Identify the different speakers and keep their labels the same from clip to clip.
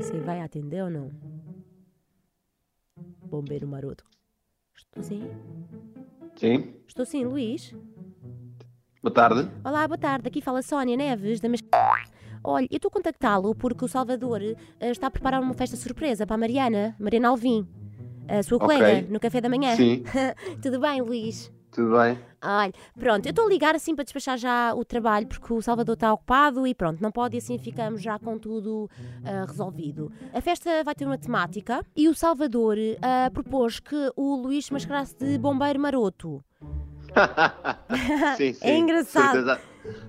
Speaker 1: Você vai atender ou não? Bombeiro maroto. Estou sim.
Speaker 2: Sim.
Speaker 1: Estou sim, Luís.
Speaker 2: Boa tarde.
Speaker 1: Olá, boa tarde. Aqui fala Sónia Neves, da Mas... Olha, eu estou a contactá-lo porque o Salvador eh, está a preparar uma festa surpresa para a Mariana, Mariana Alvim, a sua
Speaker 2: Ok.
Speaker 1: colega, no café da manhã.
Speaker 2: Sim.
Speaker 1: Tudo bem, Luís?
Speaker 2: Tudo bem?
Speaker 1: Olha, pronto, eu estou a ligar assim para despachar já o trabalho porque o Salvador está ocupado e pronto, não pode e assim ficamos já com tudo ah, resolvido. A festa vai ter uma temática e o Salvador ah, propôs que o Luís mascarasse de bombeiro maroto.
Speaker 2: sim, sim.
Speaker 1: É engraçado.
Speaker 2: De certeza,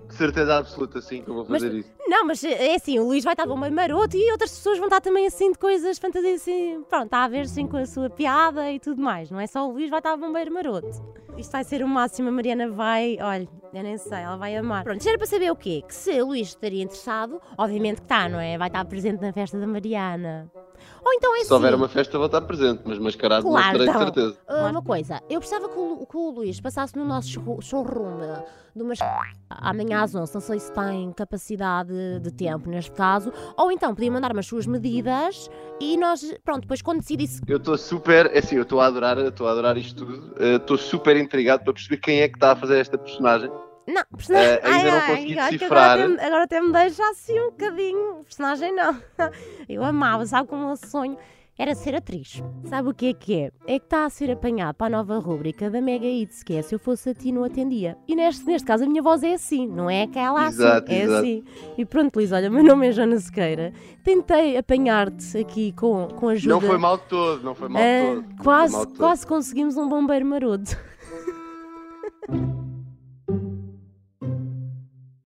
Speaker 2: de certeza absoluta, sim, que eu vou
Speaker 1: Mas-
Speaker 2: fazer isso.
Speaker 1: Não, mas é assim, o Luís vai estar de bombeiro maroto e outras pessoas vão estar também assim de coisas fantasia assim, pronto, está a ver assim com a sua piada e tudo mais, não é só o Luís vai estar de bombeiro maroto. Isto vai ser o máximo, a Mariana vai, olha, eu nem sei, ela vai amar. Pronto, isto era para saber o quê? Que se o Luís estaria interessado, obviamente que está, não é? Vai estar presente na festa da Mariana. Ou então é
Speaker 2: Se houver
Speaker 1: assim,
Speaker 2: uma festa, eu vou estar presente, mas mascarado
Speaker 1: Claro,
Speaker 2: não estarei
Speaker 1: tá
Speaker 2: de
Speaker 1: bom.
Speaker 2: certeza.
Speaker 1: ah, uma coisa, eu precisava que o, Lu- que o Luís passasse no nosso showro- showroom ah, de umas amanhã às 11, não sei se tem capacidade de tempo neste caso, ou então podia mandar umas suas medidas e nós, pronto, depois quando decidisse
Speaker 2: Eu estou super, é assim, eu estou a adorar, eu estou a adorar isto tudo. Eh, Estou super intrigado para perceber quem é que está a fazer esta personagem.
Speaker 1: não, personagem.
Speaker 2: Eh, ainda não consegui
Speaker 1: olha que
Speaker 2: decifrar.
Speaker 1: Agora até, agora até me deixa assim um bocadinho. Personagem não. Eu amava, sabe como o sonho era ser atriz. Sabe o que é que é? É que está a ser apanhado para a nova rúbrica da Mega Hits, que é Se Eu Fosse a Ti Não Atendia. E neste, neste caso a minha voz é assim, não é aquela assim,
Speaker 2: Exato,
Speaker 1: é
Speaker 2: exato.
Speaker 1: assim. E pronto, Luís, olha, meu nome é Joana Sequeira. Tentei apanhar-te aqui com, com ajuda.
Speaker 2: Não foi mal de todo, não foi mal de
Speaker 1: Ah,
Speaker 2: todo. Não foi
Speaker 1: quase,
Speaker 2: mal de todo.
Speaker 1: quase conseguimos um bombeiro maroto.